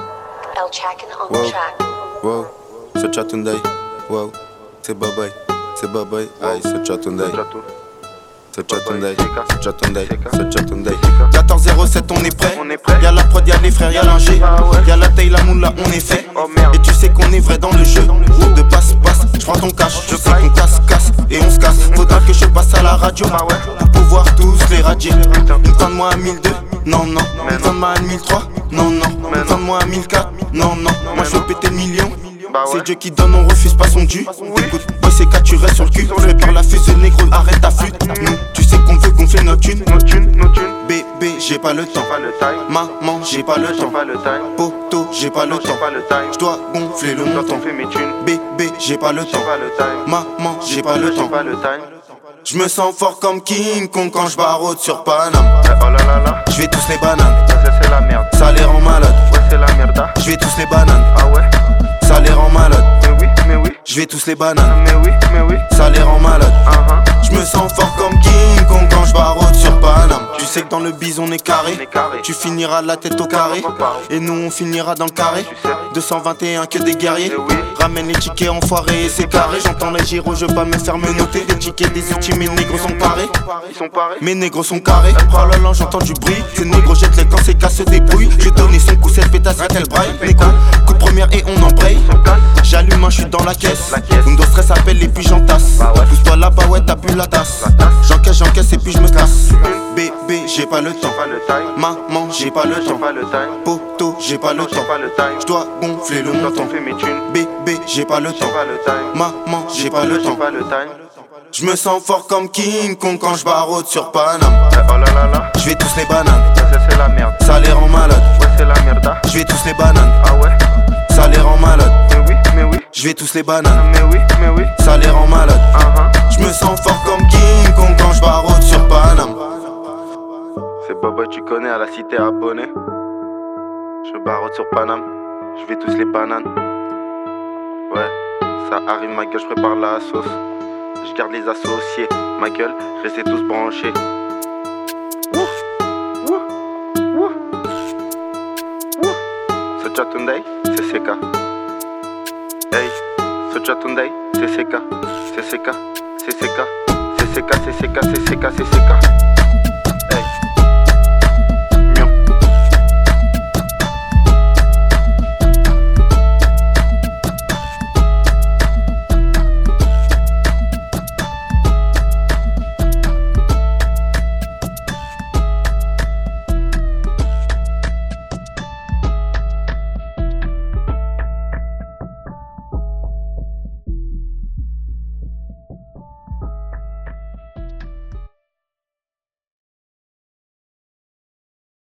Spell check and on Wow. the track. Wow, să Tunday. Wow, se babai, se babai, ai să Tunday. Se Tunday, se Tunday, se Tunday. 14-07, on est prêt. On est prêt. Y'a la prod, y'a les frères, y'a l'ingé. Ah ouais. Y'a la taille, la moula, on est fait. Oh merde. Et tu sais qu'on est vrai dans le jeu. Jour de passe-passe, j'prends ton cash. Je sais qu'on casse, casse, et on se casse. Faudra que je passe à la radio. Ah ouais. Pour pouvoir tous les radier. Une de moi à 1002, non, non. Mais Une de moi à 1003, non, non. Mais Une de moi à 1004, non, non. Moi Mais je non. veux péter millions. Bah ouais. C'est Dieu qui donne, on refuse pas son dû. T'écoutes, boy, c'est qu'à tu restes sur le cul. Je par la fusée, négro, arrête ta flûte. Nous, tu sais qu'on veut gonfler notre thune. Nos thunes, nos thunes, Bébé, j'ai pas le temps. pas le time. Maman, j'ai pas le J'ai temps. pas le time. Poto, j'ai pas le Non, j'ai temps. pas le time. Je dois gonfler le Quand montant. on fait mes thunes, Bébé, j'ai pas le j'ai temps. pas le time. Maman, j'ai pas le J'ai temps. pas le time. Je me sens fort comme King Kong quand je baraude sur Paname. Eh, Oh là là là, Je vais tous les bananes, ça c'est la merde. ça les rend malades. Ouais, c'est la merde. hein. Je vais tous les bananes, Ah ouais, ça les rend malades. mais oui, mais oui, Je vais tous les bananes, mais oui, mais oui. ça les rend malades. Ah ah, Je me sens fort comme King Kong quand je baraude sur Paname. Tu sais que dans le bise on est on est carré. carré. Tu finiras la tête au carré. Et nous on finira dans le carré. 221 que des guerriers. Eh oui. Ramène les tickets enfoirés et c'est carré. J'entends les gyros, je vais pas me faire menoter. Des tickets, des outils, mes négros sont parés. Ils sont parés. Mes négros sont carrés, oh là là, j'entends du bruit. Ces négros jettent les quand c'est casse des bruits. J'ai donné son coup, cette pétasse, elle braille. Négro, coup de première et on embraye. Ils sont casse. J'allume un, je suis dans la caisse. La caisse. Undo stress appelle et puis j'entasse. Bah ouais. Pousse-toi là-bas, ouais, t'as bu la tasse. La tasse. J'encaisse, j'encaisse et puis je me casse. Bébé, j'ai pas le temps. Pas le time. Maman, j'ai pas le J'ai temps. pas le time. Poto, j'ai pas le Non, j'ai temps. pas le time. Je dois gonfler le Quand montant. on fait mes thunes, Bébé, j'ai pas le temps. j'ai pas le time. Maman, j'ai pas le J'ai temps. pas le time. Je me sens fort comme King Kong quand je baraude sur Paname. Eh, Oh là là là, Je vais tous les bananes, ça c'est la merde. ça les rend malades. Ouais, c'est la merde. hein. Je vais tous les bananes, Ah ouais, ça les rend malades. mais oui, mais oui, Je vais tous les bananes, mais oui, mais oui. ça les rend malades. Ah ah. Je me sens fort comme King Kong quand je baraude sur Paname. C'est Baba, tu connais à la cité abonné. Je barotte sur Paname, je vais tous les bananes. Ouais, ça arrive ma gueule, je prépare la sauce. Je garde les associés, ma gueule, restez tous branchés. Ouf, ouf, ouf, ouf. C'est Chatunday, c'est CK. Hey, c'est Chatunday, c'est CK, c'est CK, c'est CK, c'est CK, c'est CK, c'est CK, c'est CK.